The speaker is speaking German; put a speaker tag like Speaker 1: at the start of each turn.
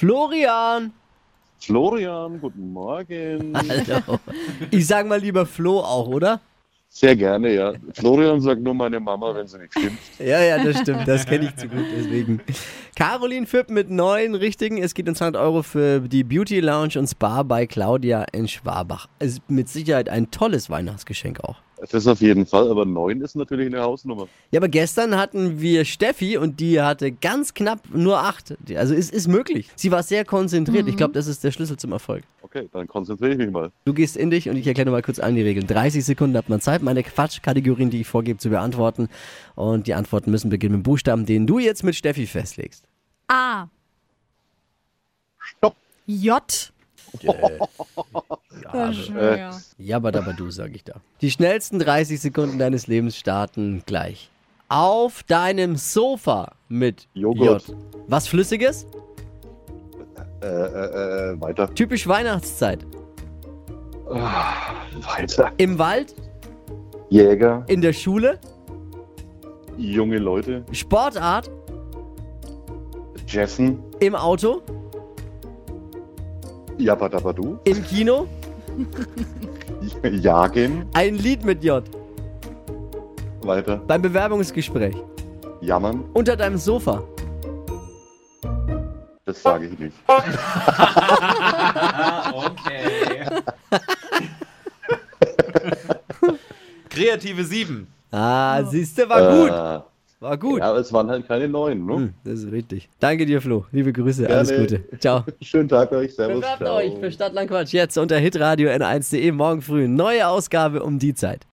Speaker 1: Florian!
Speaker 2: Florian, guten Morgen.
Speaker 1: Hallo. Ich sag mal lieber Flo auch, oder?
Speaker 2: Sehr gerne, ja. Florian sagt nur meine Mama, wenn sie nicht schimpft.
Speaker 1: Ja, ja, das stimmt. Das kenne ich zu gut, deswegen. Caroline Fipp mit neun richtigen. Es geht um 200 Euro für die Beauty Lounge und Spa bei Claudia in Schwabach. Ist mit Sicherheit ein tolles Weihnachtsgeschenk auch.
Speaker 2: Das ist auf jeden Fall, aber neun ist natürlich eine Hausnummer.
Speaker 1: Ja, aber gestern hatten wir Steffi und die hatte ganz knapp nur acht. Die- Also es ist möglich. Sie war sehr konzentriert. Ich glaube, das ist der Schlüssel zum Erfolg.
Speaker 2: Okay, dann konzentriere ich mich mal.
Speaker 1: Du gehst in dich und ich erkläre dir mal kurz allen die Regeln. 30 Sekunden hat man Zeit, meine Quatschkategorien, die ich vorgebe, zu beantworten. Und die Antworten müssen beginnen mit Buchstaben, den du jetzt mit Steffi festlegst.
Speaker 3: A.
Speaker 2: Stopp.
Speaker 3: J. Ja,
Speaker 2: Äh,
Speaker 3: ja.
Speaker 1: Jabadabadu, sag ich da. Die schnellsten 30 Sekunden deines Lebens starten gleich. Auf deinem Sofa mit
Speaker 2: Joghurt.
Speaker 1: J. Was Flüssiges?
Speaker 2: Äh, äh, äh, weiter.
Speaker 1: Typisch Weihnachtszeit.
Speaker 2: Weiter.
Speaker 1: Im Wald,
Speaker 2: Jäger,
Speaker 1: in der Schule,
Speaker 2: junge Leute,
Speaker 1: Sportart,
Speaker 2: Jessen,
Speaker 1: im Auto,
Speaker 2: Jabadabadu,
Speaker 1: im Kino,
Speaker 2: Jagen,
Speaker 1: ein Lied mit J,
Speaker 2: weiter,
Speaker 1: beim Bewerbungsgespräch,
Speaker 2: Jammern,
Speaker 1: unter deinem Sofa.
Speaker 2: das sage ich nicht.
Speaker 4: Okay. Kreative 7.
Speaker 1: Ah, siehste, war gut.
Speaker 2: Äh,
Speaker 1: War gut.
Speaker 2: Ja, aber es waren halt keine neun, ne?
Speaker 1: Hm, das ist richtig. Danke dir, Flo. Liebe Grüße.
Speaker 2: Gerne.
Speaker 1: Alles Gute. Ciao.
Speaker 2: Schönen Tag euch, servus.
Speaker 1: Bewerbt
Speaker 2: ciao.
Speaker 1: euch für Stadtlandquatsch jetzt unter hitradio n1.de morgen früh. Neue Ausgabe um die Zeit.